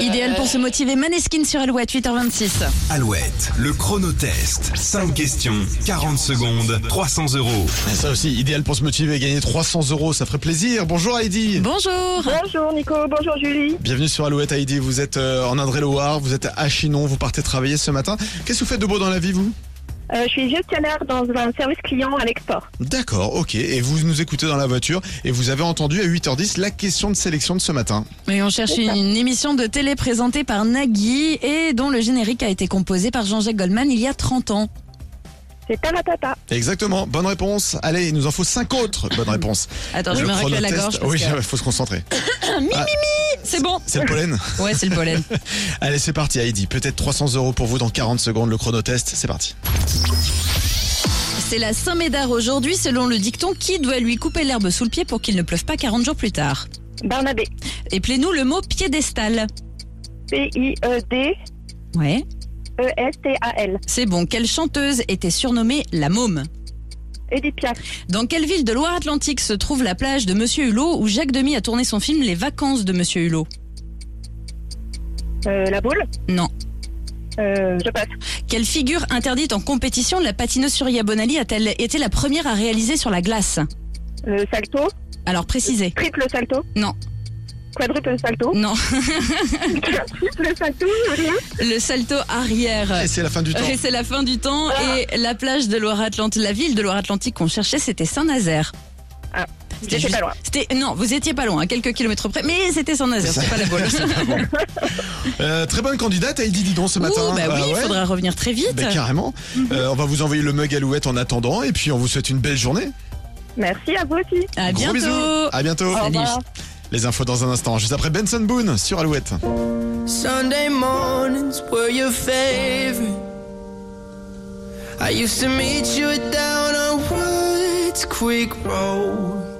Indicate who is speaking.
Speaker 1: Idéal pour se motiver, Maneskin sur Alouette, 8h26.
Speaker 2: Alouette, le chronotest. 5 questions, 40 secondes, 300 euros.
Speaker 3: Ah, Ça aussi, idéal pour se motiver et gagner 300 euros, ça ferait plaisir. Bonjour Heidi.
Speaker 1: Bonjour
Speaker 4: Bonjour Nico, bonjour Julie.
Speaker 3: Bienvenue sur Alouette Heidi, vous êtes euh, en Indre-et-Loire, vous êtes à Chinon, vous partez travailler ce matin. Qu'est-ce que vous faites de beau dans la vie vous
Speaker 4: Euh, je suis gestionnaire dans un service client à l'export.
Speaker 3: D'accord, ok. Et vous nous écoutez dans la voiture et vous avez entendu à 8h10 la question de sélection de ce matin.
Speaker 1: Et on cherche une, une émission de télé présentée par Nagui et dont le générique a été composé par Jean-Jacques Goldman il y a 30 ans.
Speaker 4: C'est Tamatata.
Speaker 3: Exactement, bonne réponse. Allez, il nous en faut 5 autres bonnes réponses.
Speaker 1: Attends, je
Speaker 3: Le
Speaker 1: me racle la
Speaker 3: chronotest-
Speaker 1: gorge. parce
Speaker 3: Oui,
Speaker 1: que-
Speaker 3: faut se concentrer.
Speaker 1: C'est bon
Speaker 3: C'est le pollen
Speaker 1: Ouais, c'est le pollen.
Speaker 3: Allez, c'est parti Heidi. Peut-être 300 euros pour vous dans 40 secondes, le chronotest. C'est parti.
Speaker 1: C'est la Saint-Médard aujourd'hui, selon le dicton qui doit lui couper l'herbe sous le pied pour qu'il ne pleuve pas 40 jours plus tard.
Speaker 4: Barnabé.
Speaker 1: Et nous le mot piédestal.
Speaker 4: E P-I-E-D-E-S-T-A-L.
Speaker 1: Ouais.
Speaker 4: E
Speaker 1: C'est bon. Quelle chanteuse était surnommée la môme
Speaker 4: Edith Piaf.
Speaker 1: Dans quelle ville de Loire-Atlantique se trouve la plage de Monsieur Hulot où Jacques Demy a tourné son film Les Vacances de Monsieur Hulot
Speaker 4: Euh, la boule.
Speaker 1: Non.
Speaker 4: Euh, je passe.
Speaker 1: Quelle figure interdite en compétition de la patineuse Surya Bonali a-t-elle été la première à réaliser sur la glace
Speaker 4: Le Euh, salto.
Speaker 1: Alors précisez.
Speaker 4: Triple salto.
Speaker 1: Non.
Speaker 4: Quadruple salto.
Speaker 1: Non,
Speaker 4: Triple salto. rien.
Speaker 1: le salto arrière.
Speaker 3: Et c'est la fin du temps.
Speaker 1: Et c'est la fin du temps et la plage de Loire-Atlantique, la ville de Loire-Atlantique qu'on cherchait, c'était Saint-Nazaire.
Speaker 4: Ah,
Speaker 1: C'était
Speaker 4: j'étais
Speaker 1: juste-
Speaker 4: pas loin.
Speaker 1: c'était- non, vous étiez pas loin, à quelques kilomètres près, mais c'était Saint-Nazaire, c'était pas la boule.
Speaker 3: Euh, très bonne candidate Heidi, dis donc ce matin. Ah
Speaker 1: Ouh, bah oui, il
Speaker 3: ouais.
Speaker 1: faudra revenir très vite.
Speaker 3: Bah, carrément.
Speaker 1: Mhm.
Speaker 3: Euh, on va vous envoyer le mug Alouette en attendant et puis on vous souhaite une belle journée.
Speaker 4: Merci à vous aussi.
Speaker 1: à
Speaker 3: Gros
Speaker 1: bientôt.
Speaker 3: bisous. À bientôt.
Speaker 1: Salut.
Speaker 3: Les infos dans un instant, juste après Benson Boone sur Alouette.
Speaker 5: Sunday mornings were your favorite. I used to meet you down on Woods Creek Road.